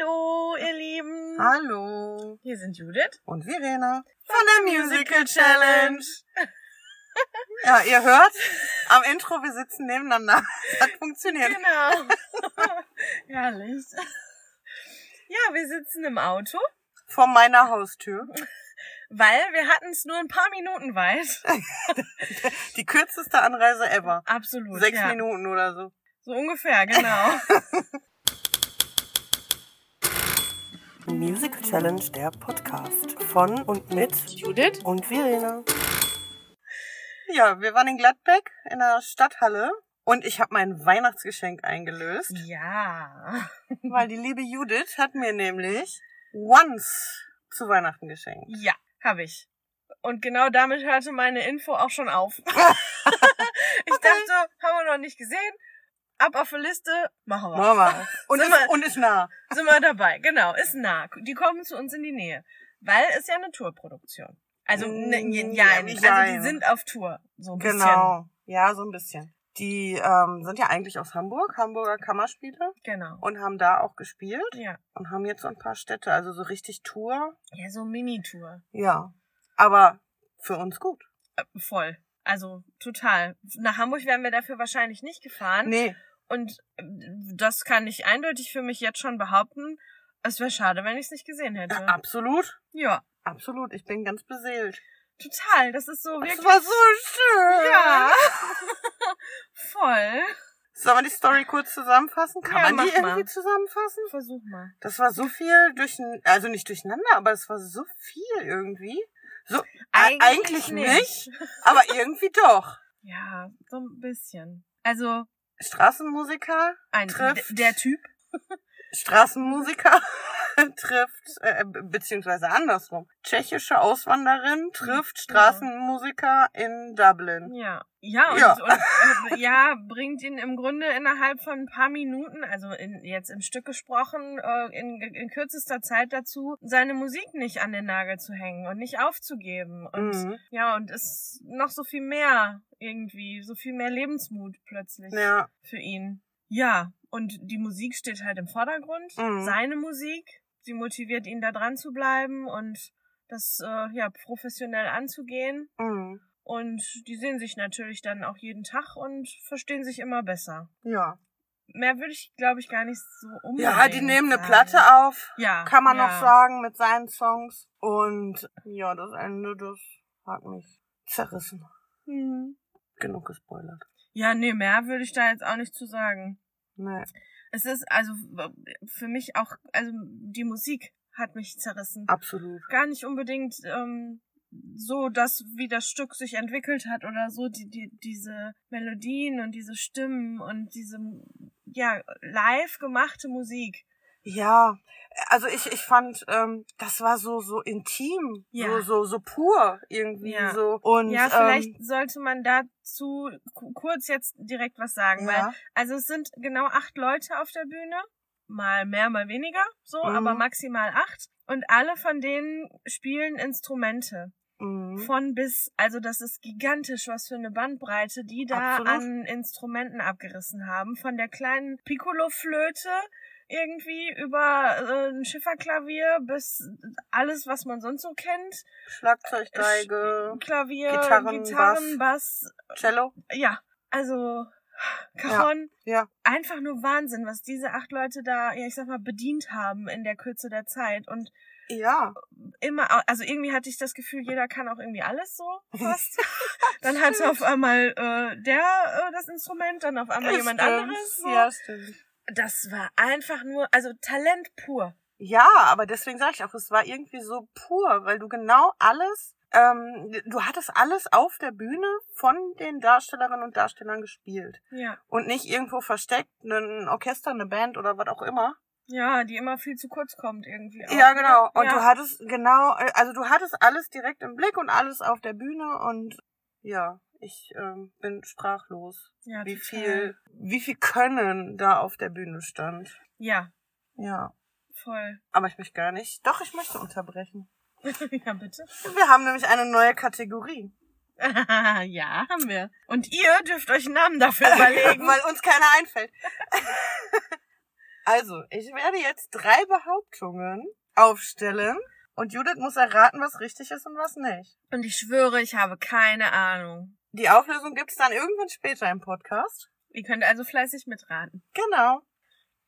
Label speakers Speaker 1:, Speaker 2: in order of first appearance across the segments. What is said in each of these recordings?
Speaker 1: Hallo, ihr Lieben.
Speaker 2: Hallo.
Speaker 1: Hier sind Judith.
Speaker 2: Und Verena. Von der Musical Challenge. Ja, ihr hört, am Intro, wir sitzen nebeneinander. Hat funktioniert.
Speaker 1: Genau. Herrlich. Ja, wir sitzen im Auto,
Speaker 2: Vor meiner Haustür.
Speaker 1: weil wir hatten es nur ein paar Minuten weit.
Speaker 2: Die kürzeste Anreise ever.
Speaker 1: Absolut.
Speaker 2: Sechs
Speaker 1: ja.
Speaker 2: Minuten oder so.
Speaker 1: So ungefähr, genau.
Speaker 2: Musical Challenge, der Podcast. Von und mit
Speaker 1: Judith?
Speaker 2: und Verena. Ja, wir waren in Gladbeck in der Stadthalle. Und ich habe mein Weihnachtsgeschenk eingelöst.
Speaker 1: Ja.
Speaker 2: Weil die liebe Judith hat mir nämlich Once zu Weihnachten geschenkt.
Speaker 1: Ja, habe ich. Und genau damit hörte meine Info auch schon auf. ich dachte, haben wir noch nicht gesehen. Ab auf die Liste, machen wir.
Speaker 2: Mama. Und,
Speaker 1: Sind
Speaker 2: ist,
Speaker 1: wir-
Speaker 2: und ist nah.
Speaker 1: sind wir dabei. Genau, ist nah. Die kommen zu uns in die Nähe. Weil es ja eine Tourproduktion. Also,
Speaker 2: Mm,
Speaker 1: ne, ne, ja, nicht. Also, die
Speaker 2: jein.
Speaker 1: sind auf Tour. So ein
Speaker 2: Genau. Ja, so ein bisschen. Die ähm, sind ja eigentlich aus Hamburg, Hamburger Kammerspiele,
Speaker 1: bisschen. Genau.
Speaker 2: und haben da auch gespielt
Speaker 1: Ja.
Speaker 2: und haben jetzt so ein paar Städte, also so richtig Tour.
Speaker 1: Ja, so Mini-Tour.
Speaker 2: Ja. Aber für uns gut.
Speaker 1: Äh, voll. Also, total. Nach Hamburg wären wir dafür wahrscheinlich nicht gefahren.
Speaker 2: Nee,
Speaker 1: Und äh, das kann ich eindeutig für mich jetzt schon behaupten. Es wäre schade, wenn ich es nicht gesehen hätte.
Speaker 2: absolut.
Speaker 1: Ja,
Speaker 2: Absolut, ich bin ganz beseelt.
Speaker 1: total. Das ist so
Speaker 2: Das
Speaker 1: wirklich.
Speaker 2: war so schön.
Speaker 1: Ja. voll.
Speaker 2: Sollen wir die Story kurz zusammenfassen? Kann
Speaker 1: Ja,
Speaker 2: man die
Speaker 1: mach mal.
Speaker 2: irgendwie zusammenfassen?
Speaker 1: Versuch mal.
Speaker 2: Das war so viel durch, also nicht durcheinander, aber es war so viel irgendwie. So, eigentlich, eigentlich nicht, aber irgendwie doch.
Speaker 1: Ja, so ein bisschen. Also
Speaker 2: Straßenmusiker,
Speaker 1: ein
Speaker 2: Trifft.
Speaker 1: d- der Typ.
Speaker 2: Straßenmusiker trifft, äh, be- beziehungsweise andersrum. Tschechische Auswanderin trifft Straßenmusiker in Dublin.
Speaker 1: Ja. Ja, und,
Speaker 2: Ja.
Speaker 1: und äh, ja, bringt ihn im Grunde innerhalb von ein paar Minuten, also in, jetzt im Stück gesprochen, äh, in, in kürzester Zeit dazu, seine Musik nicht an den Nagel zu hängen und nicht aufzugeben. Und
Speaker 2: Mhm.
Speaker 1: ja, und ist noch so viel mehr irgendwie, so viel mehr Lebensmut plötzlich.
Speaker 2: Ja,
Speaker 1: für ihn. Ja, und die Musik steht halt im Vordergrund,
Speaker 2: Mhm.
Speaker 1: seine Musik. Sie motiviert ihn, da dran zu bleiben und das äh, ja professionell anzugehen.
Speaker 2: mhm.
Speaker 1: Und die sehen sich natürlich dann auch jeden Tag und verstehen sich immer besser.
Speaker 2: ja.
Speaker 1: Mehr würde ich, glaube ich, gar nicht so unbedingt
Speaker 2: Ja, die nehmen eine
Speaker 1: sagen.
Speaker 2: Platte auf,
Speaker 1: Ja,
Speaker 2: kann man
Speaker 1: ja.
Speaker 2: noch sagen, mit seinen Songs. Und ja, das Ende, das hat mich zerrissen.
Speaker 1: Hm.
Speaker 2: Genug gespoilert.
Speaker 1: Ja, nee, mehr würde ich da jetzt auch nicht zu sagen.
Speaker 2: Nee.
Speaker 1: Es ist also für mich auch, also die Musik hat mich zerrissen.
Speaker 2: Absolut.
Speaker 1: gar nicht unbedingt ähm, so, dass wie das Stück sich entwickelt hat oder so, die, die, diese Melodien und diese Stimmen und diese ja live gemachte Musik.
Speaker 2: Ja, also ich, ich fand, ähm, das war so, so intim,
Speaker 1: Ja.
Speaker 2: so, so, so pur irgendwie
Speaker 1: Ja.
Speaker 2: so. Und,
Speaker 1: ja, vielleicht
Speaker 2: Ähm,
Speaker 1: sollte man dazu ku- kurz jetzt direkt was sagen, weil
Speaker 2: ja,
Speaker 1: also es sind genau acht Leute auf der Bühne, mal mehr, mal weniger, so,
Speaker 2: Mhm.
Speaker 1: aber maximal acht. Und alle von denen spielen Instrumente.
Speaker 2: mhm.
Speaker 1: von bis, also das ist gigantisch, was für eine Bandbreite die da
Speaker 2: Absolut.
Speaker 1: an Instrumenten abgerissen haben. Von der kleinen Piccolo-Flöte irgendwie über äh, ein Schifferklavier bis alles, was man sonst so kennt.
Speaker 2: Schlagzeug, Geige,
Speaker 1: Klavier,
Speaker 2: Mhm. Gitarren,
Speaker 1: Gitarren, Bass.
Speaker 2: Cello.
Speaker 1: ja, also Cajon.
Speaker 2: Ja.
Speaker 1: Einfach nur Wahnsinn, was diese acht Leute da, ja, ich sag mal, bedient haben in der Kürze der Zeit. Und
Speaker 2: Ja.
Speaker 1: immer, au- also irgendwie hatte ich das Gefühl, jeder kann auch irgendwie alles so fast. dann hatte auf einmal äh, der äh, das Instrument, dann auf einmal jemand
Speaker 2: Stimmt.
Speaker 1: anderes. So.
Speaker 2: Ja, stimmt.
Speaker 1: Das war einfach nur, also Talent pur.
Speaker 2: Ja, aber deswegen sage ich auch, es war irgendwie so pur, weil du genau alles, ähm, du hattest alles auf der Bühne von den Darstellerinnen und Darstellern gespielt.
Speaker 1: Ja.
Speaker 2: Und nicht irgendwo versteckt, ein Orchester, eine Band oder was auch immer.
Speaker 1: Ja, die immer viel zu kurz kommt irgendwie. Auch,
Speaker 2: Ja, genau.
Speaker 1: ne?
Speaker 2: Und
Speaker 1: ja.
Speaker 2: du hattest genau, also du hattest alles direkt im Blick und alles auf der Bühne und ja, ich ähm, bin sprachlos,
Speaker 1: ja,
Speaker 2: wie
Speaker 1: total.
Speaker 2: viel, wie viel Können da auf der Bühne stand.
Speaker 1: Ja,
Speaker 2: Ja.
Speaker 1: voll.
Speaker 2: Aber ich möchte gar nicht. Doch, ich möchte unterbrechen.
Speaker 1: ja, bitte.
Speaker 2: Wir haben nämlich eine neue Kategorie.
Speaker 1: ja, haben wir. Und ihr dürft euch einen Namen dafür überlegen.
Speaker 2: Weil uns keiner einfällt. Also, ich werde jetzt drei Behauptungen aufstellen und Judith muss erraten, was richtig ist und was nicht.
Speaker 1: Und ich schwöre, ich habe keine Ahnung.
Speaker 2: Die Auflösung gibt's dann irgendwann später im Podcast.
Speaker 1: Ihr könnt also fleißig mitraten.
Speaker 2: Genau.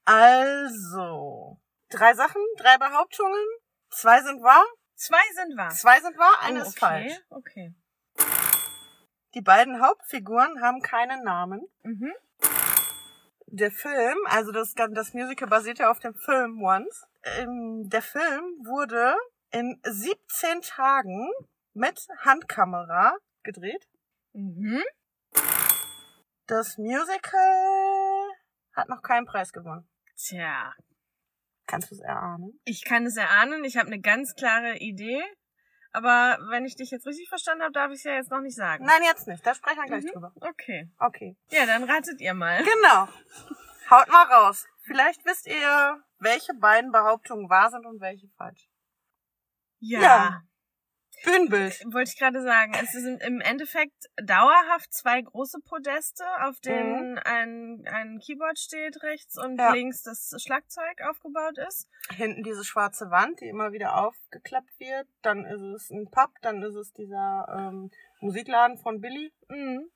Speaker 2: Also, drei Sachen, drei Behauptungen. Zwei sind wahr,
Speaker 1: Zwei sind wahr.
Speaker 2: zwei sind wahr, eine
Speaker 1: Oh,
Speaker 2: ist
Speaker 1: okay,
Speaker 2: falsch.
Speaker 1: Okay.
Speaker 2: Die beiden Hauptfiguren haben keinen Namen.
Speaker 1: Mhm.
Speaker 2: der Film, also das, gan- das Musical basiert ja auf dem Film Once. Ähm, der Film wurde in 17 Tagen mit Handkamera gedreht.
Speaker 1: Mhm.
Speaker 2: Das Musical hat noch keinen Preis gewonnen.
Speaker 1: Tja,
Speaker 2: Kannst du es erahnen?
Speaker 1: ich kann es erahnen. Ich habe eine ganz klare Idee. Aber wenn ich dich jetzt richtig verstanden habe, darf ich es ja jetzt noch nicht sagen.
Speaker 2: Nein, jetzt nicht. Da sprechen wir gleich
Speaker 1: Mhm.
Speaker 2: drüber.
Speaker 1: Okay.
Speaker 2: Okay.
Speaker 1: Ja, dann ratet ihr mal.
Speaker 2: Genau. Haut mal raus. Vielleicht wisst ihr, welche beiden Behauptungen wahr sind und welche falsch.
Speaker 1: Ja.
Speaker 2: Ja. Bühnenbild.
Speaker 1: Wollte ich gerade sagen. Es sind im Endeffekt dauerhaft zwei große Podeste, auf denen ein, ein Keyboard steht rechts und
Speaker 2: Mhm. Ja.
Speaker 1: links das Schlagzeug aufgebaut ist.
Speaker 2: hinten diese schwarze Wand, die immer wieder aufgeklappt wird. Dann ist es ein Pub, dann ist es dieser ähm, Musikladen von Billy.
Speaker 1: Mhm.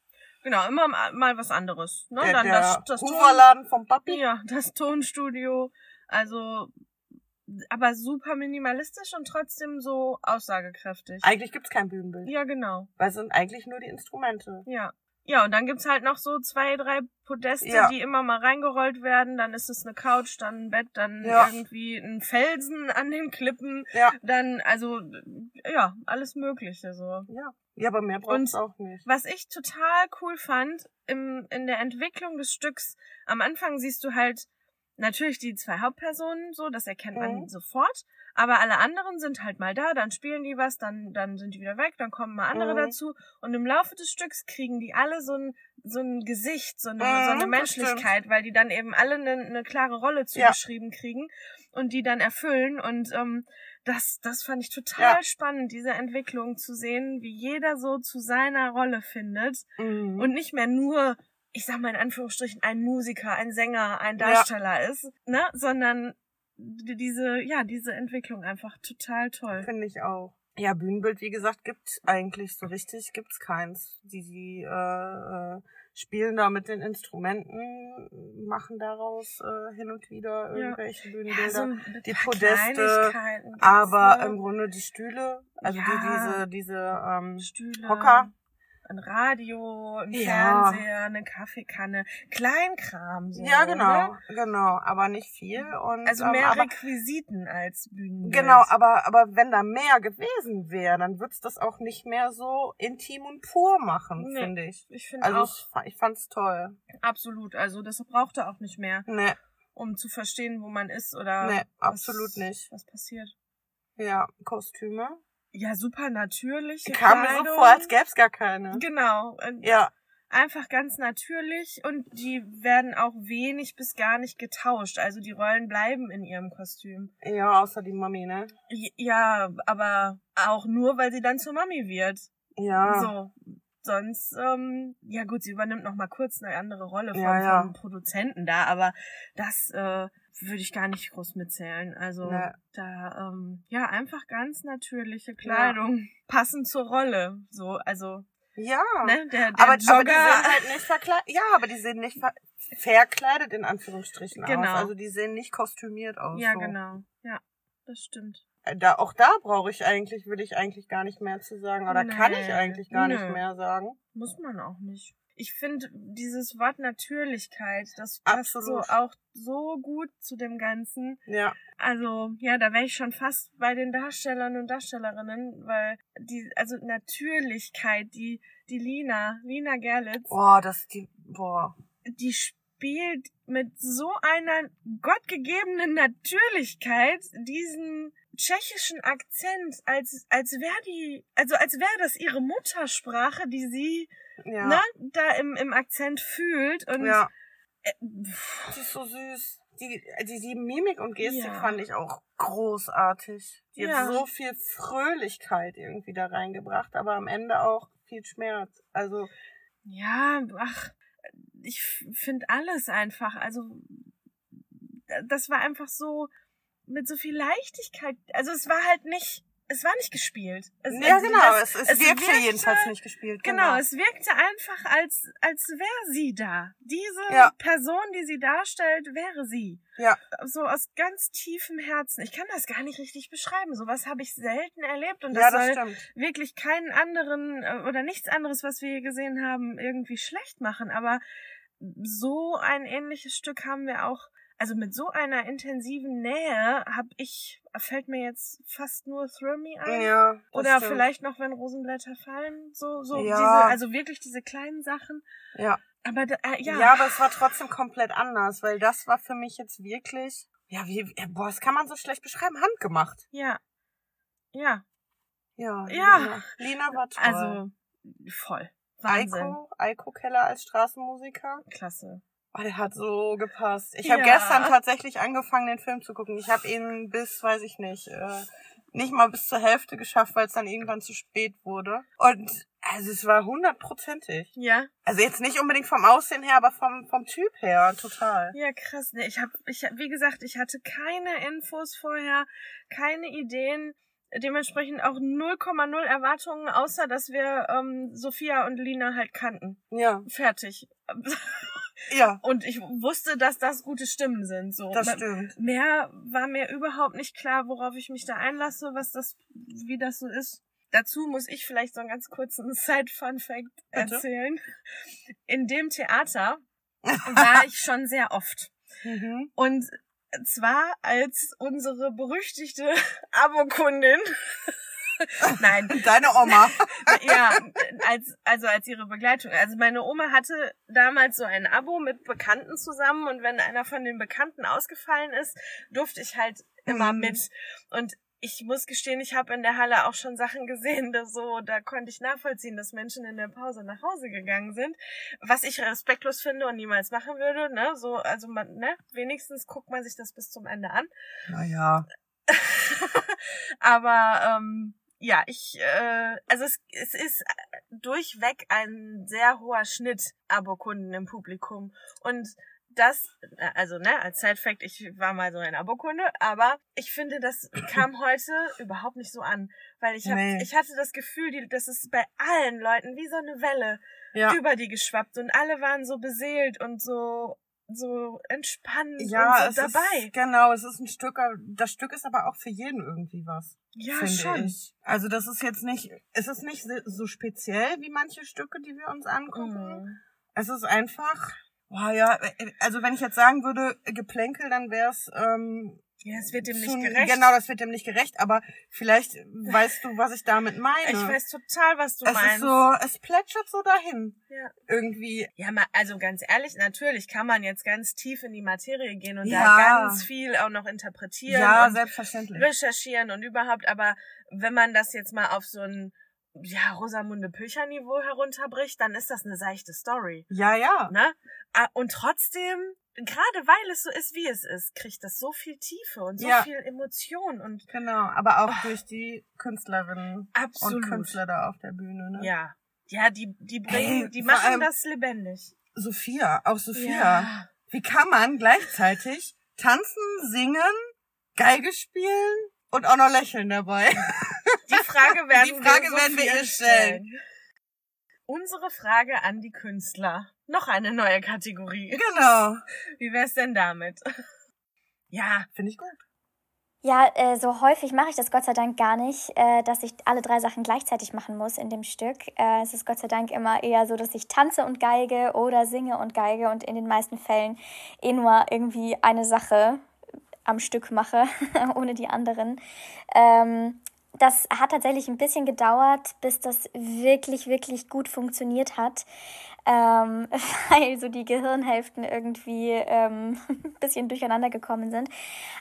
Speaker 1: Genau, immer ma- mal was anderes. Ne?
Speaker 2: der
Speaker 1: Dann
Speaker 2: der
Speaker 1: das, das Ton-
Speaker 2: Hooverladen von Papi.
Speaker 1: Ja, das Tonstudio. Also, aber super minimalistisch und trotzdem so aussagekräftig.
Speaker 2: Eigentlich gibt's kein Bühnenbild,
Speaker 1: Ja, genau.
Speaker 2: weil es sind eigentlich nur die Instrumente.
Speaker 1: Ja. Ja, und dann gibt's halt noch so zwei, drei Podeste,
Speaker 2: Ja.
Speaker 1: die immer mal reingerollt werden. Dann ist es eine Couch, dann ein Bett, dann
Speaker 2: Ja.
Speaker 1: irgendwie ein Felsen an den Klippen.
Speaker 2: Ja.
Speaker 1: Dann, also, ja, alles Mögliche so.
Speaker 2: Ja, ja aber mehr braucht's auch nicht.
Speaker 1: Was ich total cool fand, im, in der Entwicklung des Stücks, am Anfang siehst du halt natürlich die zwei Hauptpersonen, so, das erkennt man
Speaker 2: Mhm.
Speaker 1: sofort, aber alle anderen sind halt mal da, dann spielen die was, dann, dann sind die wieder weg, dann kommen mal andere
Speaker 2: Mhm.
Speaker 1: dazu und im Laufe des Stücks kriegen die alle so ein, so ein Gesicht, so eine,
Speaker 2: Mhm,
Speaker 1: so eine
Speaker 2: das
Speaker 1: Menschlichkeit, weil die dann eben alle eine, eine klare Rolle
Speaker 2: Ja.
Speaker 1: zugeschrieben kriegen und die dann erfüllen und ähm, das, das fand ich total
Speaker 2: Ja.
Speaker 1: spannend, diese Entwicklung zu sehen, wie jeder so zu seiner Rolle findet
Speaker 2: Mhm.
Speaker 1: und nicht mehr nur, ich sag mal in Anführungsstrichen, ein Musiker, ein Sänger, ein Darsteller ist, ne? Sondern d- diese, ja, diese Entwicklung einfach total toll.
Speaker 2: Finde ich auch. Ja, Bühnenbild, wie gesagt, gibt's eigentlich so richtig, gibt's keins. Die, die äh, äh, spielen da mit den Instrumenten, machen daraus äh, hin und wieder irgendwelche Bühnenbilder.
Speaker 1: ein
Speaker 2: die
Speaker 1: paar
Speaker 2: Podeste,
Speaker 1: Kleinigkeiten gibt's,
Speaker 2: Aber
Speaker 1: ne?
Speaker 2: im Grunde die Stühle, also
Speaker 1: Ja.
Speaker 2: die, diese, diese, ähm,
Speaker 1: Stühle,
Speaker 2: Hocker.
Speaker 1: ein Radio, ein
Speaker 2: Ja.
Speaker 1: Fernseher, eine Kaffeekanne, Kleinkram. So,
Speaker 2: ja genau,
Speaker 1: Ne?
Speaker 2: genau, aber nicht viel und
Speaker 1: Also
Speaker 2: ähm,
Speaker 1: mehr
Speaker 2: aber,
Speaker 1: Requisiten als Bühnenbild.
Speaker 2: genau, aber aber wenn da mehr gewesen wäre, dann würd's das auch nicht mehr so intim und pur machen,
Speaker 1: Nee.
Speaker 2: finde ich.
Speaker 1: ich finde
Speaker 2: Also
Speaker 1: auch
Speaker 2: ich, fa- ich fand's toll.
Speaker 1: absolut. Also das brauchte auch nicht mehr,
Speaker 2: Ne,
Speaker 1: um zu verstehen, wo man ist oder
Speaker 2: ne,
Speaker 1: was-
Speaker 2: absolut nicht.
Speaker 1: Was passiert?
Speaker 2: Ja, Kostüme.
Speaker 1: Ja, super natürlich.
Speaker 2: Kam mir so vor, als gäb's gar keine.
Speaker 1: Genau. Und
Speaker 2: Ja,
Speaker 1: Einfach ganz natürlich und die werden auch wenig bis gar nicht getauscht. Also die Rollen bleiben in ihrem Kostüm.
Speaker 2: ja, außer die Mami, ne?
Speaker 1: J- Ja, aber auch nur, weil sie dann zur Mami wird.
Speaker 2: Ja.
Speaker 1: So. Sonst, ähm, ja gut, sie übernimmt noch mal kurz eine andere Rolle vom,
Speaker 2: Ja, ja.
Speaker 1: vom Produzenten da, aber das äh, würde ich gar nicht groß mitzählen. Also
Speaker 2: Nee.
Speaker 1: da, ähm, ja, einfach ganz natürliche Kleidung, passend zur Rolle. So, also,
Speaker 2: Ja.
Speaker 1: ne, der, der
Speaker 2: aber, aber die
Speaker 1: Jogger.
Speaker 2: sind halt nicht verkleidet. Ja, aber die sehen nicht ver verkleidet in Anführungsstrichen
Speaker 1: Genau.
Speaker 2: aus. Also die sehen nicht kostümiert aus.
Speaker 1: ja,
Speaker 2: so.
Speaker 1: genau. Ja, das stimmt.
Speaker 2: Äh, Da, auch da brauche ich eigentlich, will ich eigentlich gar nicht mehr zu sagen. Oder kann ich
Speaker 1: Nee,
Speaker 2: eigentlich gar
Speaker 1: nö.
Speaker 2: nicht mehr sagen.
Speaker 1: Muss man auch nicht. Ich finde dieses Wort Natürlichkeit, das passt
Speaker 2: Absolut.
Speaker 1: so auch so gut zu dem Ganzen.
Speaker 2: Ja.
Speaker 1: Also, ja, da wäre ich schon fast bei den Darstellern und Darstellerinnen, weil die, also Natürlichkeit, die, die Lina, Lina Gerlitz,
Speaker 2: Boah, das die. Boah.
Speaker 1: die spielt mit so einer gottgegebenen Natürlichkeit diesen tschechischen Akzent, als, als wäre die, also als wäre das ihre Muttersprache, die sie,
Speaker 2: Ja.
Speaker 1: ne, da im, im Akzent fühlt und,
Speaker 2: ja.
Speaker 1: äh, pff,
Speaker 2: Die ist so süß. Die, die, die Mimik und Gestik
Speaker 1: Ja.
Speaker 2: fand ich auch großartig. Die
Speaker 1: Ja.
Speaker 2: hat so viel Fröhlichkeit irgendwie da reingebracht, aber am Ende auch viel Schmerz. Also,
Speaker 1: ja, ach, ich finde alles einfach, also, das war einfach so mit so viel Leichtigkeit. Also es war halt nicht, es war nicht gespielt. Es,
Speaker 2: ja,
Speaker 1: also
Speaker 2: genau.
Speaker 1: das-
Speaker 2: Es, es, wirkte, jedenfalls nicht gespielt.
Speaker 1: Genau, es wirkte einfach, als, als wäre sie da. Diese
Speaker 2: Ja.
Speaker 1: Person, die sie darstellt, wäre sie.
Speaker 2: Ja.
Speaker 1: So aus ganz tiefem Herzen. Ich kann das gar nicht richtig beschreiben. Sowas habe ich selten erlebt und das,
Speaker 2: ja, das
Speaker 1: soll
Speaker 2: stimmt.
Speaker 1: wirklich keinen anderen äh, oder nichts anderes, was wir hier gesehen haben, irgendwie schlecht machen. Aber so ein ähnliches Stück haben wir auch, also mit so einer intensiven Nähe habe ich, fällt mir jetzt fast nur Thrill Me ein.
Speaker 2: Ja, das
Speaker 1: Oder
Speaker 2: stimmt.
Speaker 1: vielleicht noch, wenn Rosenblätter fallen, so, so,
Speaker 2: Ja.
Speaker 1: diese, also wirklich diese kleinen Sachen.
Speaker 2: Ja.
Speaker 1: Aber da, äh, ja.
Speaker 2: Ja. aber es war trotzdem komplett anders, weil das war für mich jetzt wirklich. Ja, wie, ja, boah, das kann man so schlecht beschreiben, handgemacht.
Speaker 1: ja. Ja,
Speaker 2: Ja.
Speaker 1: Ja.
Speaker 2: Lena, Lena war toll.
Speaker 1: also voll. Wahnsinn.
Speaker 2: Eiko, Eiko Keller als Straßenmusiker.
Speaker 1: Klasse.
Speaker 2: Oh, der hat so gepasst. Ich habe
Speaker 1: Ja.
Speaker 2: gestern tatsächlich angefangen, den Film zu gucken. Ich habe ihn bis, weiß ich nicht, äh, nicht mal bis zur Hälfte geschafft, weil es dann irgendwann zu spät wurde. Und also es war hundertprozentig.
Speaker 1: Ja,
Speaker 2: Also jetzt nicht unbedingt vom Aussehen her, aber vom, vom Typ her, total.
Speaker 1: ja, krass. Nee, ich habe, ich hab, wie gesagt, ich hatte keine Infos vorher, keine Ideen, dementsprechend auch 0,0 Erwartungen, außer dass wir ähm, Sophia und Lina halt kannten.
Speaker 2: Ja.
Speaker 1: Fertig.
Speaker 2: Ja,
Speaker 1: Und ich wusste, dass das gute Stimmen sind. So.
Speaker 2: das
Speaker 1: Man-
Speaker 2: stimmt.
Speaker 1: mehr war mir überhaupt nicht klar, worauf ich mich da einlasse, was das, wie das so ist. Dazu muss ich vielleicht so einen ganz kurzen Side-Fun-Fact
Speaker 2: Bitte?
Speaker 1: erzählen. In dem Theater war ich schon sehr oft.
Speaker 2: Mhm.
Speaker 1: Und zwar als unsere berüchtigte Abokundin. Nein,
Speaker 2: Deine Oma.
Speaker 1: ja, als, also als ihre Begleitung. Also meine Oma hatte damals so ein Abo mit Bekannten zusammen und wenn einer von den Bekannten ausgefallen ist, durfte ich halt immer
Speaker 2: Mhm.
Speaker 1: mit. Und ich muss gestehen, ich habe in der Halle auch schon Sachen gesehen, da so, da konnte ich nachvollziehen, dass Menschen in der Pause nach Hause gegangen sind, was ich respektlos finde und niemals machen würde, ne? So, also man, ne, wenigstens guckt man sich das bis zum Ende an.
Speaker 2: Naja.
Speaker 1: Aber ähm, ja, ich, äh, also es, es ist äh, durchweg ein sehr hoher Schnitt Abokunden im Publikum. Und das, äh, also ne, als Side-Fact, ich war mal so ein Abokunde, aber ich finde, das kam heute überhaupt nicht so an. Weil ich, hab,
Speaker 2: Nee.
Speaker 1: ich hatte das Gefühl, die, das ist bei allen Leuten wie so eine Welle
Speaker 2: Ja.
Speaker 1: über die geschwappt und alle waren so beseelt und so so entspannt
Speaker 2: Ja,
Speaker 1: und
Speaker 2: es
Speaker 1: so dabei.
Speaker 2: ist, genau, es ist ein Stück, das Stück ist aber auch für jeden irgendwie was.
Speaker 1: ja,
Speaker 2: finde
Speaker 1: schon.
Speaker 2: ich. Also das ist jetzt nicht, es ist nicht so speziell wie manche Stücke, die wir uns angucken.
Speaker 1: Mhm.
Speaker 2: Es ist einfach, boah ja, also wenn ich jetzt sagen würde, Geplänkel, dann wäre es ähm,
Speaker 1: Ja, es wird dem
Speaker 2: zu-
Speaker 1: nicht gerecht.
Speaker 2: Genau, das wird dem nicht gerecht, aber vielleicht weißt du, was ich damit meine.
Speaker 1: Ich weiß total, was du
Speaker 2: es
Speaker 1: meinst.
Speaker 2: ist so, es plätschert so dahin.
Speaker 1: Ja.
Speaker 2: Irgendwie.
Speaker 1: ja, ma- also ganz ehrlich, natürlich kann man jetzt ganz tief in die Materie gehen und da
Speaker 2: Ja.
Speaker 1: ganz viel auch noch interpretieren
Speaker 2: Ja,
Speaker 1: und
Speaker 2: selbstverständlich.
Speaker 1: recherchieren und überhaupt, aber wenn man das jetzt mal auf so ein ja, Rosamunde Pilcher Niveau herunterbricht, dann ist das eine seichte Story,
Speaker 2: Ja, ja.
Speaker 1: ne? Ah, Und trotzdem, gerade weil es so ist, wie es ist, kriegt das so viel Tiefe und so
Speaker 2: Ja.
Speaker 1: viel Emotion und
Speaker 2: Genau, aber auch durch die Künstlerinnen und
Speaker 1: Oh. absolut.
Speaker 2: Künstler da auf der Bühne, ne?
Speaker 1: Ja. Ja, die, die bringen,
Speaker 2: Ey,
Speaker 1: die
Speaker 2: vor
Speaker 1: machen
Speaker 2: allem-
Speaker 1: das lebendig.
Speaker 2: Sophia, auch Sophia.
Speaker 1: Ja.
Speaker 2: Wie kann man gleichzeitig tanzen, singen, Geige spielen und auch noch lächeln dabei?
Speaker 1: Die Frage werden,
Speaker 2: Die Frage
Speaker 1: wir,
Speaker 2: werden wir
Speaker 1: Sophia
Speaker 2: ihr stellen.
Speaker 1: Unsere Frage an die Künstler. Noch eine neue Kategorie.
Speaker 2: Genau.
Speaker 1: Wie wär's denn damit? Ja,
Speaker 2: Finde ich gut.
Speaker 3: Ja, äh, so häufig mache ich das Gott sei Dank gar nicht, äh, dass ich alle drei Sachen gleichzeitig machen muss in dem Stück. Äh, es ist Gott sei Dank immer eher so, dass ich tanze und geige oder singe und geige und in den meisten Fällen eh nur irgendwie eine Sache am Stück mache, ohne die anderen. Ähm, das hat tatsächlich ein bisschen gedauert, bis das wirklich, wirklich gut funktioniert hat, ähm, weil so die Gehirnhälften irgendwie ähm, ein bisschen durcheinander gekommen sind.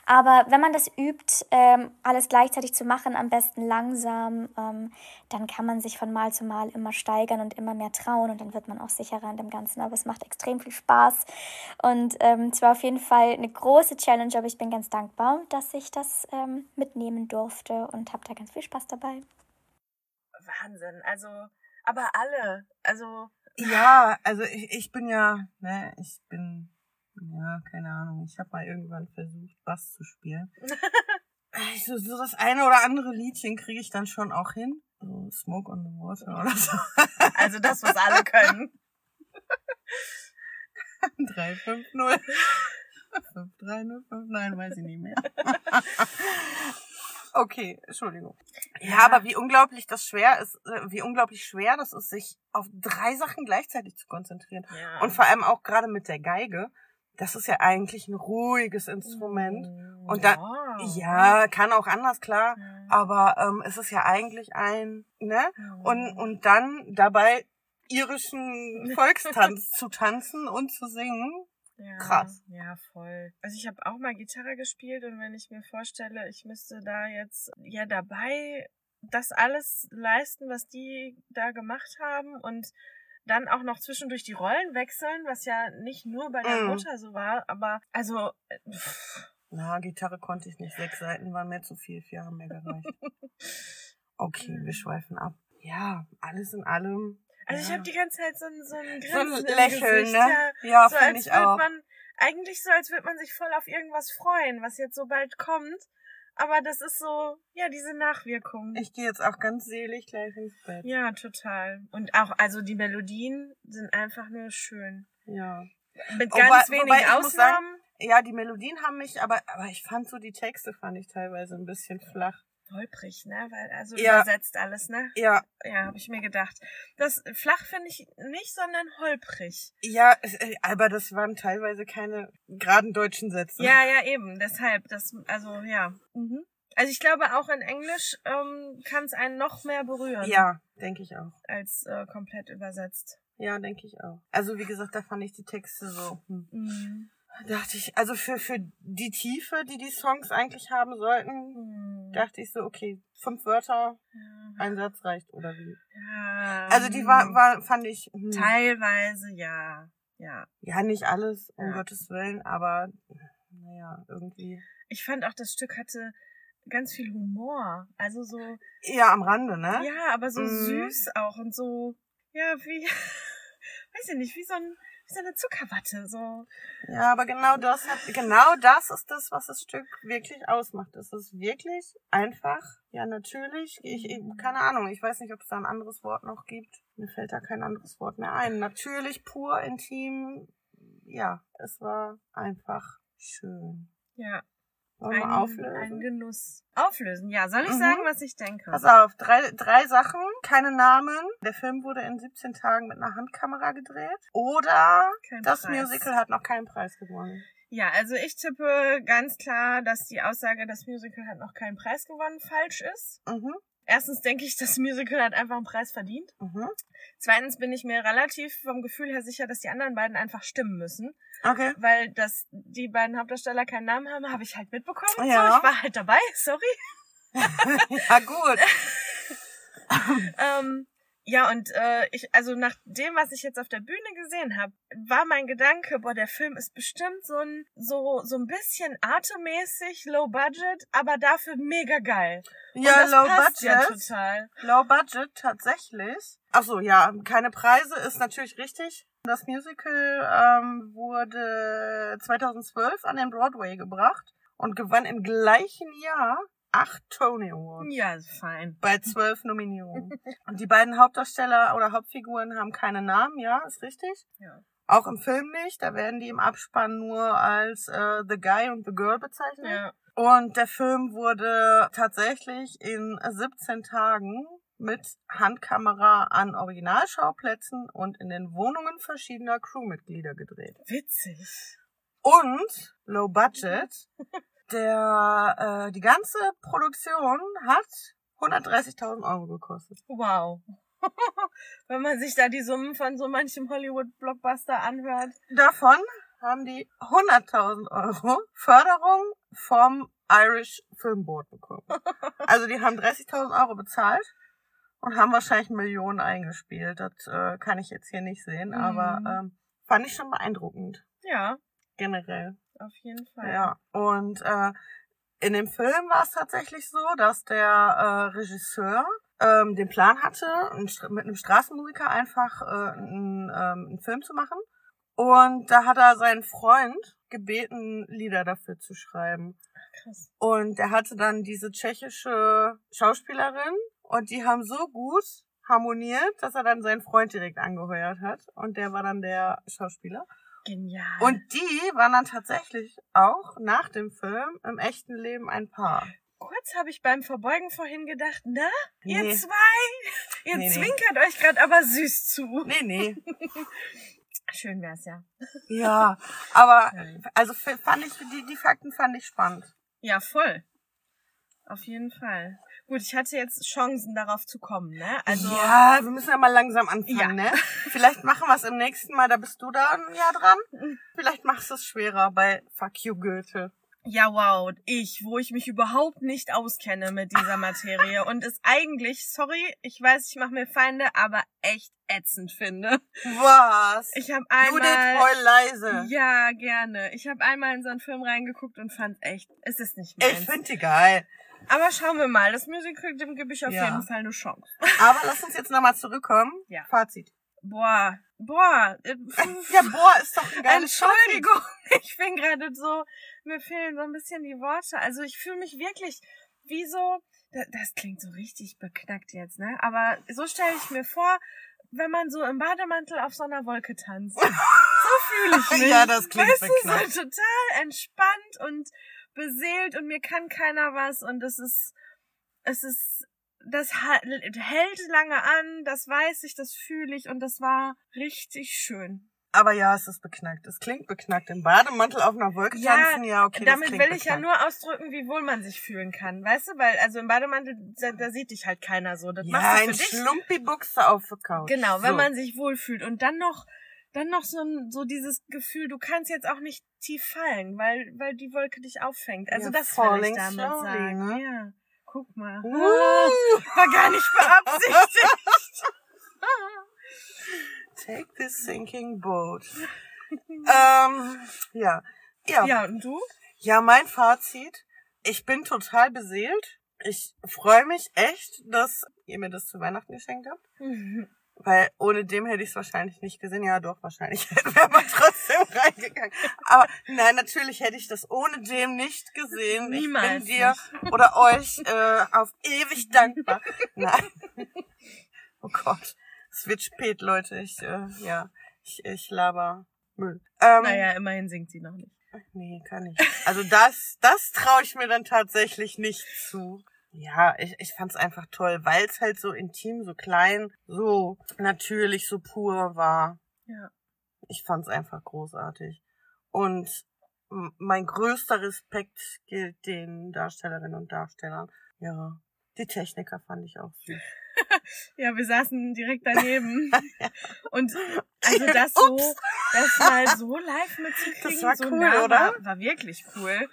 Speaker 3: Aber wenn man das übt, ähm, alles gleichzeitig zu machen, am besten langsam, ähm, dann kann man sich von Mal zu Mal immer steigern und immer mehr trauen und dann wird man auch sicherer in dem Ganzen. Aber es macht extrem viel Spaß und ähm, zwar auf jeden Fall eine große Challenge, aber ich bin ganz dankbar, dass ich das ähm, mitnehmen durfte und habe da ganz viel Spaß dabei.
Speaker 1: Wahnsinn. Also, aber alle. Also,
Speaker 2: Ja, also ich, ich bin ja, ne, ich bin Ja, keine Ahnung. Ich habe mal irgendwann versucht, Bass zu spielen. also, so das eine oder andere Liedchen kriege ich dann schon auch hin. So Smoke on the Water oder so.
Speaker 1: Also das, was alle können.
Speaker 2: 350. 53059, weiß ich nicht mehr. Okay, Entschuldigung. Ja, aber wie unglaublich das schwer ist, äh, wie unglaublich schwer das ist, sich auf drei Sachen gleichzeitig zu konzentrieren.
Speaker 1: Ja.
Speaker 2: Und vor allem auch gerade mit der Geige. Das ist ja eigentlich ein ruhiges Instrument.
Speaker 1: Mm,
Speaker 2: und dann- Ja, kann auch anders, klar. Aber ähm, es ist ja eigentlich ein, ne? Und, und dann dabei irischen Volkstanz zu tanzen und zu singen.
Speaker 1: Ja,
Speaker 2: Krass.
Speaker 1: Ja, voll. Also ich habe auch mal Gitarre gespielt und wenn ich mir vorstelle, ich müsste da jetzt ja dabei das alles leisten, was die da gemacht haben und dann auch noch zwischendurch die Rollen wechseln, was ja nicht nur bei der
Speaker 2: Mm.
Speaker 1: Mutter so war, aber also äh, pff,
Speaker 2: Na, Gitarre konnte ich nicht. Sechs Seiten waren mir zu viel. Vier haben mir gereicht. Okay, wir schweifen ab. Ja, alles in allem.
Speaker 1: also ich
Speaker 2: ja.
Speaker 1: habe die ganze Zeit so ein so ein,
Speaker 2: so ein
Speaker 1: Grinsen im
Speaker 2: Lächeln,
Speaker 1: Gesicht,
Speaker 2: ne? Ja,
Speaker 1: so
Speaker 2: finde
Speaker 1: als
Speaker 2: ich
Speaker 1: würde
Speaker 2: auch.
Speaker 1: man eigentlich so als würde man sich voll auf irgendwas freuen, was jetzt so bald kommt, aber das ist so ja diese Nachwirkung.
Speaker 2: Ich gehe jetzt auch ganz selig gleich ins Bett.
Speaker 1: Ja, total. Und auch, also die Melodien sind einfach nur schön.
Speaker 2: Ja.
Speaker 1: Mit
Speaker 2: Wobei-
Speaker 1: ganz wenigen
Speaker 2: wobei ich muss sagen,
Speaker 1: Ausnahmen.
Speaker 2: Ja, die Melodien haben mich, aber, aber ich fand so die Texte fand ich teilweise ein bisschen flach.
Speaker 1: Holprig, ne? Weil, also
Speaker 2: Ja.
Speaker 1: übersetzt alles, ne?
Speaker 2: Ja,
Speaker 1: Ja, habe ich mir gedacht. Das flach finde ich nicht, sondern holprig.
Speaker 2: ja, äh, aber das waren teilweise keine geraden deutschen Sätze.
Speaker 1: Ja, ja, eben. Deshalb, das, also ja. Mhm. Also ich glaube, auch in Englisch ähm, kann es einen noch mehr berühren
Speaker 2: Ja, denke ich auch.
Speaker 1: als äh, komplett übersetzt.
Speaker 2: Ja, denke ich auch. Also wie gesagt, da fand ich die Texte so. Hm.
Speaker 1: Mhm.
Speaker 2: Dachte ich, also für, für die Tiefe, die die Songs eigentlich haben sollten,
Speaker 1: Mhm.
Speaker 2: dachte ich so, okay, fünf Wörter,
Speaker 1: Ja.
Speaker 2: ein Satz reicht oder wie.
Speaker 1: Ja.
Speaker 2: Also die
Speaker 1: Ähm,
Speaker 2: war, war fand ich hm,
Speaker 1: teilweise ja. Ja.
Speaker 2: ja nicht alles, um
Speaker 1: Ja.
Speaker 2: Gottes Willen, aber naja, irgendwie.
Speaker 1: ich fand auch, das Stück hatte ganz viel Humor. Also so,
Speaker 2: Ja, am Rande, ne?
Speaker 1: ja, aber so
Speaker 2: Mhm.
Speaker 1: süß auch und so, ja, wie, weiß ich nicht, wie so, ein, wie so eine Zuckerwatte. So.
Speaker 2: Ja, aber genau das hat, genau das ist das, was das Stück wirklich ausmacht. Es ist wirklich einfach, ja natürlich. Ich, ich keine Ahnung, ich weiß nicht, ob es da ein anderes Wort noch gibt. Mir fällt da kein anderes Wort mehr ein. Natürlich, pur, intim. Ja, es war einfach schön.
Speaker 1: Ja,
Speaker 2: Wollen wir
Speaker 1: ein
Speaker 2: auflösen?
Speaker 1: Genuss. Auflösen, ja. Soll ich
Speaker 2: Mhm. Also,
Speaker 1: sagen, was ich denke?
Speaker 2: Pass auf, drei, drei Sachen, keine Namen. Der Film wurde in 17 Tagen mit einer Handkamera gedreht. Oder
Speaker 1: Kein
Speaker 2: das
Speaker 1: Preis.
Speaker 2: Musical hat noch keinen Preis gewonnen.
Speaker 1: Ja, also ich tippe ganz klar, dass die Aussage, das Musical hat noch keinen Preis gewonnen, falsch ist.
Speaker 2: Mhm,
Speaker 1: Erstens denke ich, das Musical hat einfach einen Preis verdient.
Speaker 2: mhm.
Speaker 1: Zweitens bin ich mir relativ vom Gefühl her sicher, dass die anderen beiden einfach stimmen müssen.
Speaker 2: Okay.
Speaker 1: weil das die beiden Hauptdarsteller keinen Namen haben, habe ich halt mitbekommen.
Speaker 2: Ja.
Speaker 1: So, ich war halt dabei, sorry.
Speaker 2: ja, gut.
Speaker 1: Ähm, ja, und äh, ich, also nach dem, was ich jetzt auf der Bühne gesehen habe, war mein Gedanke, boah, der Film ist bestimmt so ein, so, so ein bisschen artemäßig, low budget, aber dafür mega geil.
Speaker 2: Ja,
Speaker 1: und das
Speaker 2: low
Speaker 1: passt
Speaker 2: budget.
Speaker 1: Ja, total.
Speaker 2: Low budget tatsächlich. Ach so, ja, keine Preise ist natürlich richtig. Das Musical ähm, wurde 2012 an den Broadway gebracht und gewann im gleichen Jahr acht Tony Awards
Speaker 1: Ja, fein.
Speaker 2: bei zwölf Nominierungen. Und die beiden Hauptdarsteller oder Hauptfiguren haben keine Namen, ja, ist richtig.
Speaker 1: Ja.
Speaker 2: Auch im Film nicht, da werden die im Abspann nur als äh, The Guy und The Girl bezeichnet.
Speaker 1: Ja.
Speaker 2: Und der Film wurde tatsächlich in 17 Tagen mit Handkamera an Originalschauplätzen und in den Wohnungen verschiedener Crewmitglieder gedreht.
Speaker 1: Witzig.
Speaker 2: Und Low Budget, der äh, die ganze Produktion hat 130.000 Euro gekostet.
Speaker 1: Wow. Wenn man sich da die Summen von so manchem Hollywood-Blockbuster anhört.
Speaker 2: Davon haben die 100.000 Euro Förderung vom Irish Film Board bekommen. Also die haben 30.000 Euro bezahlt und haben wahrscheinlich Millionen eingespielt. Das äh, kann ich jetzt hier nicht sehen, aber
Speaker 1: Mhm.
Speaker 2: ähm, fand ich schon beeindruckend
Speaker 1: Ja,
Speaker 2: generell.
Speaker 1: auf jeden Fall.
Speaker 2: Ja. Und äh, in dem Film war es tatsächlich so, dass der äh, Regisseur ähm, den Plan hatte, einen Str- mit einem Straßenmusiker einfach äh, einen, ähm, einen Film zu machen. Und da hat er seinen Freund gebeten, Lieder dafür zu schreiben.
Speaker 1: Krass.
Speaker 2: Und er hatte dann diese tschechische Schauspielerin und die haben so gut harmoniert, dass er dann seinen Freund direkt angeheuert hat. Und der war dann der Schauspieler.
Speaker 1: Genial.
Speaker 2: Und die waren dann tatsächlich auch nach dem Film im echten Leben ein Paar.
Speaker 1: kurz habe ich beim Verbeugen vorhin gedacht, na, ihr
Speaker 2: Nee.
Speaker 1: zwei, ihr
Speaker 2: Nee, nee.
Speaker 1: zwinkert euch gerade aber süß zu.
Speaker 2: Nee, nee.
Speaker 1: Schön wär's ja.
Speaker 2: Ja, aber
Speaker 1: Geil.
Speaker 2: also f- fand ich die, die Fakten fand ich spannend.
Speaker 1: Ja, voll. Auf jeden Fall. Gut, ich hatte jetzt Chancen darauf zu kommen, ne? Also
Speaker 2: ja, wir müssen ja mal langsam anfangen,
Speaker 1: Ja.
Speaker 2: ne? Vielleicht machen wir es im nächsten Mal, da bist du dann ja dran. Vielleicht machst du es schwerer bei Fuck you Goethe.
Speaker 1: Ja, wow. Und ich, wo ich mich überhaupt nicht auskenne mit dieser Materie und es eigentlich, sorry, ich weiß, ich mache mir Feinde, aber echt ätzend finde.
Speaker 2: Was?
Speaker 1: Ich habe
Speaker 2: Judith,
Speaker 1: einmal
Speaker 2: heul leise.
Speaker 1: ja gerne. Ich habe einmal in so einen Film reingeguckt und fand echt, es ist nicht
Speaker 2: Ich
Speaker 1: meins.
Speaker 2: finde die geil.
Speaker 1: aber schauen wir mal, das Musical dem gebe ich auf
Speaker 2: Ja.
Speaker 1: jeden Fall eine Chance.
Speaker 2: Aber lass uns jetzt nochmal zurückkommen.
Speaker 1: Ja.
Speaker 2: Fazit.
Speaker 1: Boah, boah. äh, pf-
Speaker 2: Ja, boah, ist doch ein geiles Fazit.
Speaker 1: Entschuldigung, ich bin gerade so, mir fehlen so ein bisschen die Worte. Also ich fühle mich wirklich wie so, da- das klingt so richtig beknackt jetzt, ne? Aber so stelle ich mir vor, wenn man so im Bademantel auf so einer Wolke tanzt. So fühle ich mich.
Speaker 2: Ja, das klingt
Speaker 1: weißt
Speaker 2: beknackt.
Speaker 1: Du, so total entspannt und beseelt und mir kann keiner was und es ist, es ist, das ha- hält lange an, das weiß ich, das fühle ich und das war richtig schön.
Speaker 2: Aber ja, es ist beknackt. Es klingt beknackt. Im Bademantel auf einer Wolke
Speaker 1: Ja,
Speaker 2: tanzen, ja, okay. das
Speaker 1: Damit
Speaker 2: klingt
Speaker 1: will ich ja
Speaker 2: beknackt.
Speaker 1: nur ausdrücken, wie wohl man sich fühlen kann, weißt du? Weil also im Bademantel, da, da sieht dich halt keiner so. Das
Speaker 2: Ja,
Speaker 1: machst du
Speaker 2: ein
Speaker 1: für dich.
Speaker 2: Schlumpi-Buchse auf der Couch.
Speaker 1: Genau, wenn
Speaker 2: So.
Speaker 1: man sich wohlfühlt. Und dann noch, dann noch so, ein, so dieses Gefühl, du kannst jetzt auch nicht tief fallen, weil, weil die Wolke dich auffängt. Also
Speaker 2: Ja,
Speaker 1: das will ich
Speaker 2: falling
Speaker 1: damit
Speaker 2: slowly,
Speaker 1: sagen.
Speaker 2: ne?
Speaker 1: Ja. Guck mal.
Speaker 2: Uh,
Speaker 1: War gar nicht beabsichtigt.
Speaker 2: take this sinking boat. ähm, ja. ja. Ja.
Speaker 1: ja, und du?
Speaker 2: mein Fazit. Ich bin total beseelt. Ich freue mich echt, dass ihr mir das zu Weihnachten geschenkt habt. Weil ohne dem hätte ich es wahrscheinlich nicht gesehen. Ja, doch, wahrscheinlich wäre man trotzdem reingegangen. Aber nein, natürlich hätte ich das ohne dem nicht gesehen. ich
Speaker 1: Niemals
Speaker 2: bin dir oder euch äh, auf ewig dankbar. Nein. Oh Gott. Es wird spät, Leute. Ich, äh, ja, ich, ich laber Müll. Ähm,
Speaker 1: Naja, immerhin singt sie noch nicht.
Speaker 2: Nee, kann ich. Also das, das traue ich mir dann tatsächlich nicht zu. Ja, ich, ich fand's einfach toll, weil es halt so intim, so klein, so natürlich, so pur war.
Speaker 1: Ja.
Speaker 2: Ich fand's einfach großartig. Und m- mein größter Respekt gilt den Darstellerinnen und Darstellern. Ja, die Techniker fand ich auch süß.
Speaker 1: Ja, wir saßen direkt daneben. Und also das so, das mal so live mitzukriegen,
Speaker 2: Das war
Speaker 1: so
Speaker 2: cool,
Speaker 1: nah,
Speaker 2: oder?
Speaker 1: War, war wirklich cool.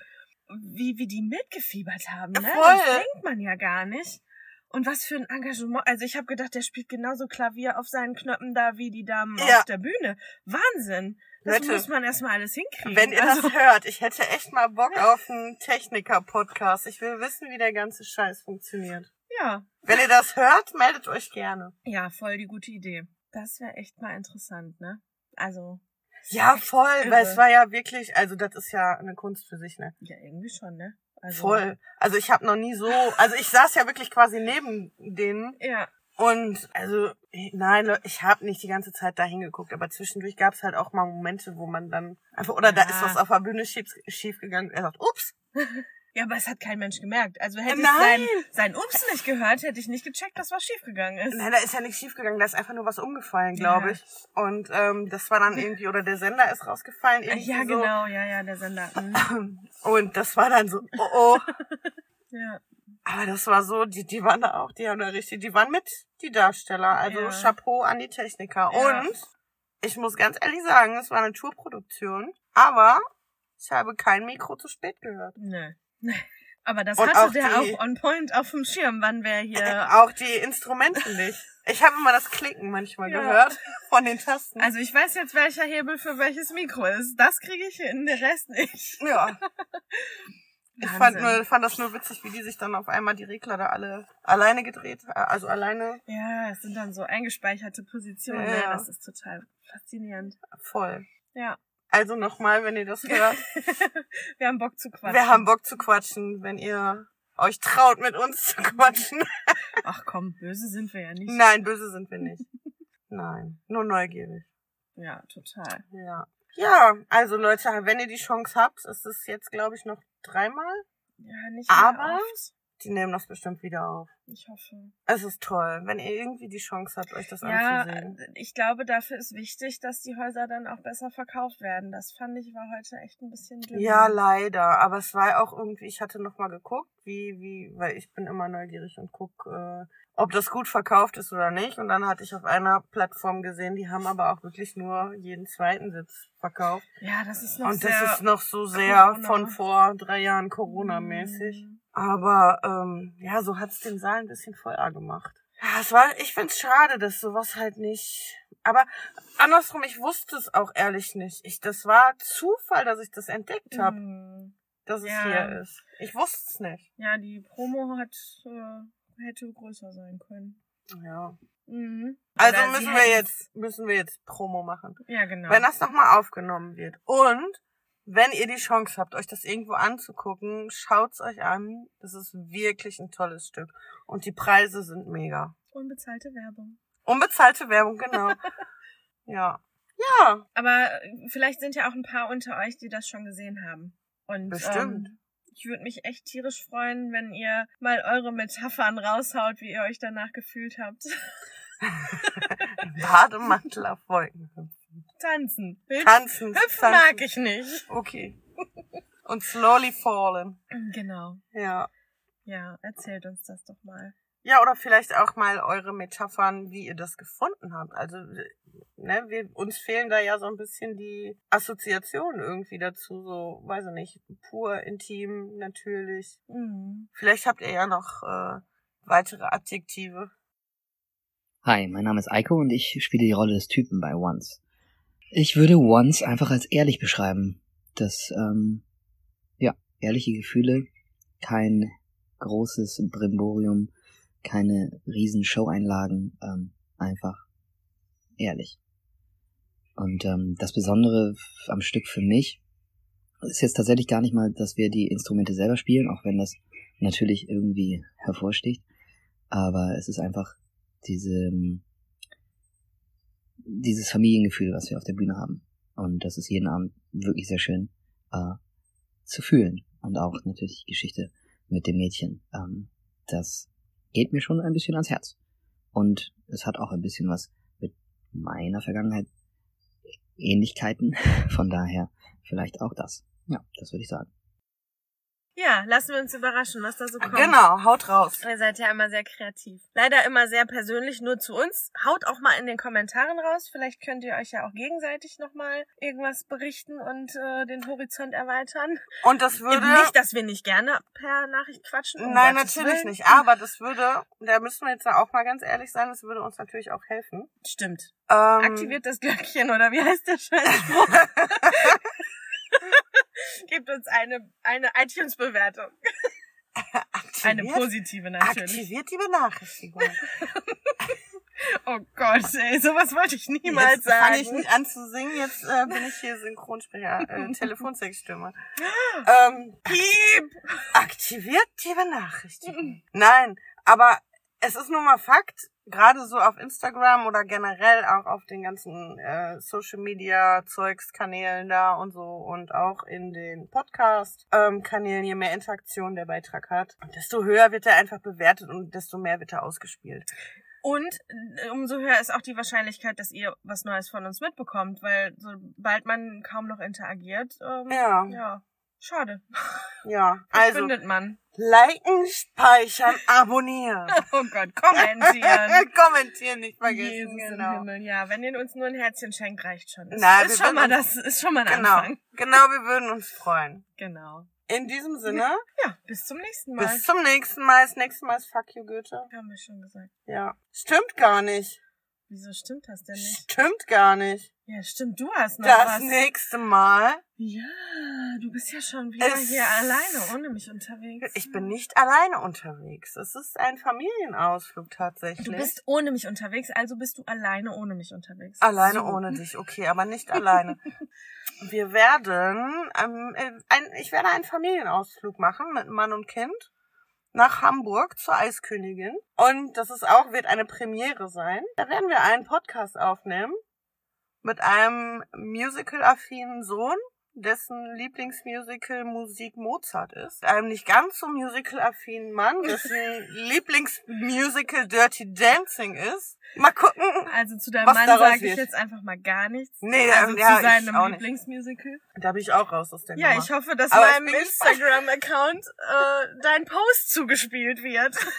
Speaker 1: Wie, wie die mitgefiebert haben, ne?
Speaker 2: Voll.
Speaker 1: Das denkt man ja gar nicht. Und was für ein Engagement. Also ich habe gedacht, der spielt genauso Klavier auf seinen Knöpfen da wie die Damen
Speaker 2: Ja.
Speaker 1: auf der Bühne. Wahnsinn. Das
Speaker 2: Leute,
Speaker 1: muss man erstmal alles hinkriegen.
Speaker 2: Wenn ihr
Speaker 1: also,
Speaker 2: das hört, ich hätte echt mal Bock auf einen Techniker-Podcast. Ich will wissen, wie der ganze Scheiß funktioniert.
Speaker 1: ja.
Speaker 2: Wenn ihr das hört, meldet euch gerne.
Speaker 1: ja, voll die gute Idee. Das wäre echt mal interessant, ne? Also,
Speaker 2: Ja, voll, weil
Speaker 1: irre.
Speaker 2: es war ja wirklich, also das ist ja eine Kunst für sich, ne?
Speaker 1: ja, irgendwie schon, ne? Also,
Speaker 2: voll. Also ich habe noch nie so, also ich saß ja wirklich quasi neben denen
Speaker 1: Ja,
Speaker 2: und also eh, nein, Leute, ich habe nicht die ganze Zeit da hingeguckt, aber zwischendurch gab es halt auch mal Momente, wo man dann einfach oder da
Speaker 1: Ja.
Speaker 2: ist was auf der Bühne schief, schief gegangen. Er sagt, ups,
Speaker 1: Ja, aber es hat kein Mensch gemerkt. Also hätte
Speaker 2: Äh, Nein.
Speaker 1: ich sein, sein Ups nicht gehört, hätte ich nicht gecheckt, dass was schiefgegangen ist.
Speaker 2: nein, da ist ja nichts schief gegangen, da ist einfach nur was umgefallen, glaube
Speaker 1: Ja.
Speaker 2: ich. Und ähm, das war dann irgendwie oder der Sender ist rausgefallen
Speaker 1: Ah,
Speaker 2: irgendwie
Speaker 1: ja, genau, ja, ja, der Sender. Mhm.
Speaker 2: so. Und das war dann so, oh oh.
Speaker 1: Ja.
Speaker 2: Aber das war so, die, die waren da auch, die haben da richtig, die waren mit, die Darsteller. Also
Speaker 1: Ja.
Speaker 2: Chapeau an die Techniker.
Speaker 1: Ja.
Speaker 2: Und ich muss ganz ehrlich sagen, es war eine Tourproduktion, aber ich habe kein Mikro zu spät gehört.
Speaker 1: Nö. ne. Aber das
Speaker 2: Und
Speaker 1: hatte
Speaker 2: auch
Speaker 1: der
Speaker 2: die-
Speaker 1: auch on point auf dem Schirm, wann wir hier.
Speaker 2: Äh, Auch die Instrumente nicht. Ich habe immer das Klicken manchmal
Speaker 1: Ja.
Speaker 2: gehört von den Tasten.
Speaker 1: Also ich weiß jetzt, welcher Hebel für welches Mikro ist. Das kriege ich hin, der Rest nicht.
Speaker 2: ja. Ich fand, nur, fand das nur witzig, wie die sich dann auf einmal die Regler da alle alleine gedreht, äh, also alleine
Speaker 1: Ja, es sind dann so eingespeicherte Positionen. Ja.
Speaker 2: Ja.
Speaker 1: das ist total faszinierend.
Speaker 2: voll.
Speaker 1: Ja.
Speaker 2: Also nochmal, wenn ihr das hört,
Speaker 1: Wir haben Bock zu quatschen.
Speaker 2: wir haben Bock zu quatschen, wenn ihr euch traut, mit uns zu quatschen.
Speaker 1: Ach komm, böse sind wir ja nicht.
Speaker 2: Nein, böse sind wir nicht. Nein, nur neugierig.
Speaker 1: Ja, total.
Speaker 2: Ja. Ja, also Leute, wenn ihr die Chance habt, ist es jetzt, glaube ich, noch dreimal.
Speaker 1: Ja, nicht
Speaker 2: Aber-
Speaker 1: mehr oft.
Speaker 2: Die nehmen das bestimmt wieder auf.
Speaker 1: Ich hoffe.
Speaker 2: Es ist toll, wenn ihr irgendwie die Chance habt, euch das
Speaker 1: Ja,
Speaker 2: anzusehen.
Speaker 1: äh, ich glaube, dafür ist wichtig, dass die Häuser dann auch besser verkauft werden. Das fand ich war heute echt ein bisschen dünn.
Speaker 2: Ja, leider. Aber es war auch irgendwie, ich hatte nochmal geguckt, wie, wie, weil ich bin immer neugierig und guck, äh, ob das gut verkauft ist oder nicht. Und dann hatte ich auf einer Plattform gesehen, die haben aber auch wirklich nur jeden zweiten Sitz verkauft.
Speaker 1: ja, das ist noch
Speaker 2: Und
Speaker 1: sehr
Speaker 2: das ist noch so sehr
Speaker 1: Corona.
Speaker 2: von vor drei Jahren Corona-mäßig.
Speaker 1: Mm.
Speaker 2: Aber ähm, ja, so hat's den Saal ein bisschen Feuer gemacht. Ja, es war, ich find's schade, dass sowas halt nicht. Aber andersrum, ich wusste es auch ehrlich nicht. Ich, das war Zufall, dass ich das entdeckt habe,
Speaker 1: Mm.
Speaker 2: dass es
Speaker 1: Ja.
Speaker 2: hier ist. Ich wusste es nicht.
Speaker 1: Ja, die Promo hat äh, hätte größer sein können.
Speaker 2: Ja.
Speaker 1: Mhm.
Speaker 2: Also
Speaker 1: Oder sie
Speaker 2: müssen wir
Speaker 1: hätten-
Speaker 2: jetzt müssen wir jetzt Promo machen.
Speaker 1: Ja, genau.
Speaker 2: Wenn das nochmal aufgenommen wird. Und wenn ihr die Chance habt, euch das irgendwo anzugucken, schaut's euch an. Das ist wirklich ein tolles Stück. Und die Preise sind mega.
Speaker 1: Unbezahlte Werbung.
Speaker 2: Unbezahlte Werbung, genau. ja. Ja.
Speaker 1: Aber äh, vielleicht sind ja auch ein paar unter euch, die das schon gesehen haben. Und
Speaker 2: Bestimmt.
Speaker 1: Ähm, ich würde mich echt tierisch freuen, wenn ihr mal eure Metaphern raushaut, wie ihr euch danach gefühlt habt.
Speaker 2: Im Bademantel auf Wolken. hüpfen.
Speaker 1: Tanzen. Hüpfen,
Speaker 2: Tanzen.
Speaker 1: hüpfen
Speaker 2: tanzen.
Speaker 1: mag ich nicht.
Speaker 2: Okay. Und slowly fallen.
Speaker 1: Genau.
Speaker 2: Ja.
Speaker 1: Ja, erzählt uns das doch mal.
Speaker 2: Ja, oder vielleicht auch mal eure Metaphern, wie ihr das gefunden habt. Also, ne, wir, uns fehlen da ja so ein bisschen die Assoziationen irgendwie dazu, so, weiß ich nicht, pur, intim, natürlich.
Speaker 1: Mhm.
Speaker 2: Vielleicht habt ihr ja noch äh, weitere Adjektive.
Speaker 4: Hi, mein Name ist Eiko und ich spiele die Rolle des Typen bei Once. Ich würde Once einfach als ehrlich beschreiben. Das, ähm, ja, ehrliche Gefühle, kein großes Brimborium, keine riesen Show-Einlagen, ähm, einfach ehrlich. Und ähm, das Besondere f- am Stück für mich ist jetzt tatsächlich gar nicht mal, dass wir die Instrumente selber spielen, auch wenn das natürlich irgendwie hervorsticht. Aber es ist einfach diese, ähm, dieses Familiengefühl, was wir auf der Bühne haben. Und das ist jeden Abend wirklich sehr schön äh, zu fühlen. Und auch natürlich die Geschichte mit dem Mädchen. Ähm, das geht mir schon ein bisschen ans Herz. Und es hat auch ein bisschen was mit meiner Vergangenheit Ähnlichkeiten. Von daher vielleicht auch das. Ja, das würde ich sagen.
Speaker 1: Ja, lassen wir uns überraschen, was da so kommt.
Speaker 2: Genau, haut raus.
Speaker 1: Ihr seid ja immer sehr kreativ. Leider immer sehr persönlich, nur zu uns. Haut auch mal in den Kommentaren raus. Vielleicht könnt ihr euch ja auch gegenseitig nochmal irgendwas berichten und äh, den Horizont erweitern.
Speaker 2: Und das würde.
Speaker 1: nicht, dass wir nicht gerne per Nachricht quatschen. um
Speaker 2: Nein,
Speaker 1: Gottes
Speaker 2: natürlich
Speaker 1: Willen.
Speaker 2: nicht. Aber das würde, da müssen wir jetzt auch mal ganz ehrlich sein, das würde uns natürlich auch helfen.
Speaker 1: Stimmt.
Speaker 2: Ähm,
Speaker 1: Aktiviert das Glöckchen oder wie heißt der Scheißspruch? Gebt uns eine, eine iTunes-Bewertung.
Speaker 2: aktiviert,
Speaker 1: Eine positive natürlich.
Speaker 2: Aktiviert die Benachrichtigung.
Speaker 1: Oh Gott, ey, sowas wollte ich niemals
Speaker 2: jetzt
Speaker 1: sagen.
Speaker 2: fange ich nicht an zu singen, jetzt äh, bin ich hier Synchronsprecher, äh, Telefonsexstimme. Ähm,
Speaker 1: Piep!
Speaker 2: aktiviert die Benachrichtigung. Nein, aber es ist nun mal Fakt, gerade so auf Instagram oder generell auch auf den ganzen äh, Social Media Zeugs, Kanälen da und so und auch in den Podcast ähm, Kanälen, je mehr Interaktion der Beitrag hat, desto höher wird er einfach bewertet und desto mehr wird er ausgespielt.
Speaker 1: Und äh, umso höher ist auch die Wahrscheinlichkeit, dass ihr was Neues von uns mitbekommt, weil sobald man kaum noch interagiert, ähm, ja.
Speaker 2: Ja,
Speaker 1: schade.
Speaker 2: ja.
Speaker 1: Was
Speaker 2: Also
Speaker 1: findet man?
Speaker 2: liken, speichern, abonnieren.
Speaker 1: Oh Gott, kommentieren.
Speaker 2: Kommentieren
Speaker 1: Jesus
Speaker 2: nicht vergessen,
Speaker 1: im
Speaker 2: genau.
Speaker 1: Himmel, ja. Wenn ihr uns nur ein Herzchen schenkt, reicht schon.
Speaker 2: Na,
Speaker 1: ist
Speaker 2: wir
Speaker 1: schon mal
Speaker 2: würden-
Speaker 1: das, ist schon mal ein
Speaker 2: Genau,
Speaker 1: Anfang.
Speaker 2: genau, wir würden uns freuen.
Speaker 1: Genau.
Speaker 2: In diesem Sinne,
Speaker 1: Ja, bis zum nächsten Mal.
Speaker 2: bis zum nächsten Mal. Das nächste Mal ist Fuck you, Goethe.
Speaker 1: Haben wir schon gesagt.
Speaker 2: Ja. Stimmt gar nicht.
Speaker 1: Wieso stimmt das denn nicht?
Speaker 2: Stimmt gar nicht.
Speaker 1: Ja, stimmt, du hast noch
Speaker 2: Das
Speaker 1: was.
Speaker 2: nächste Mal.
Speaker 1: Ja, du bist ja schon wieder
Speaker 2: Es-
Speaker 1: hier alleine, ohne mich unterwegs.
Speaker 2: Ich bin nicht alleine unterwegs. Es ist ein Familienausflug tatsächlich.
Speaker 1: Du bist ohne mich unterwegs, also bist du alleine ohne mich unterwegs.
Speaker 2: Alleine
Speaker 1: So.
Speaker 2: ohne dich, okay, aber nicht alleine. Wir werden, ähm, äh, ein, ich werde einen Familienausflug machen mit Mann und Kind nach Hamburg zur Eiskönigin. Und das ist auch, wird eine Premiere sein. Da werden wir einen Podcast aufnehmen mit einem musical-affinen Sohn, dessen Lieblingsmusical Musik Mozart ist. Einem nicht ganz so musical-affinen Mann, dessen Lieblingsmusical Dirty Dancing ist. Mal gucken,
Speaker 1: Also zu deinem
Speaker 2: Was
Speaker 1: Mann
Speaker 2: daraus
Speaker 1: sage ich
Speaker 2: wird.
Speaker 1: jetzt einfach mal gar nichts.
Speaker 2: Nee,
Speaker 1: also
Speaker 2: ähm,
Speaker 1: zu
Speaker 2: ja, ich
Speaker 1: seinem
Speaker 2: auch nicht.
Speaker 1: Lieblingsmusical.
Speaker 2: Da bin ich auch raus aus der
Speaker 1: Ja,
Speaker 2: Nummer.
Speaker 1: ich hoffe, dass
Speaker 2: Aber ich
Speaker 1: meinem
Speaker 2: bin gespannt.
Speaker 1: Instagram-Account äh, dein Post zugespielt wird.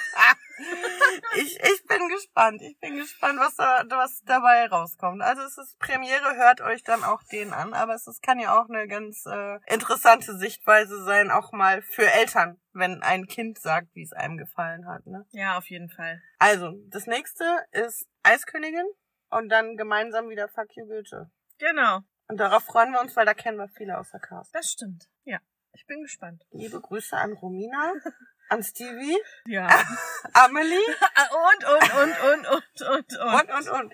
Speaker 2: ich, ich bin gespannt. Ich bin gespannt, was, da, was dabei rauskommt. Also es ist Premiere, hört euch dann auch den an. Aber es ist, kann ja auch eine ganz äh, interessante Sichtweise sein, auch mal für Eltern, wenn ein Kind sagt, wie es einem gefallen hat. Ne?
Speaker 1: Ja, auf jeden Fall.
Speaker 2: Also, das nächste ist Eiskönigin und dann gemeinsam wieder Fuck You Goethe.
Speaker 1: Genau,
Speaker 2: Und darauf freuen wir uns, weil da kennen wir viele aus der Cast.
Speaker 1: das stimmt. Ja, ich bin gespannt.
Speaker 2: Liebe Grüße an Romina, an Stevie,
Speaker 1: Ja. Ah,
Speaker 2: Amelie
Speaker 1: und, und, und, und, und, und,
Speaker 2: und,
Speaker 1: und.
Speaker 2: und, und.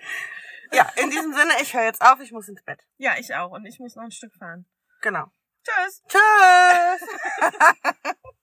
Speaker 2: Ja, in diesem Sinne, ich höre jetzt auf, ich muss ins Bett.
Speaker 1: Ja, ich auch. Und ich muss noch ein Stück fahren.
Speaker 2: Genau.
Speaker 1: Tschüss.
Speaker 2: Tschüss!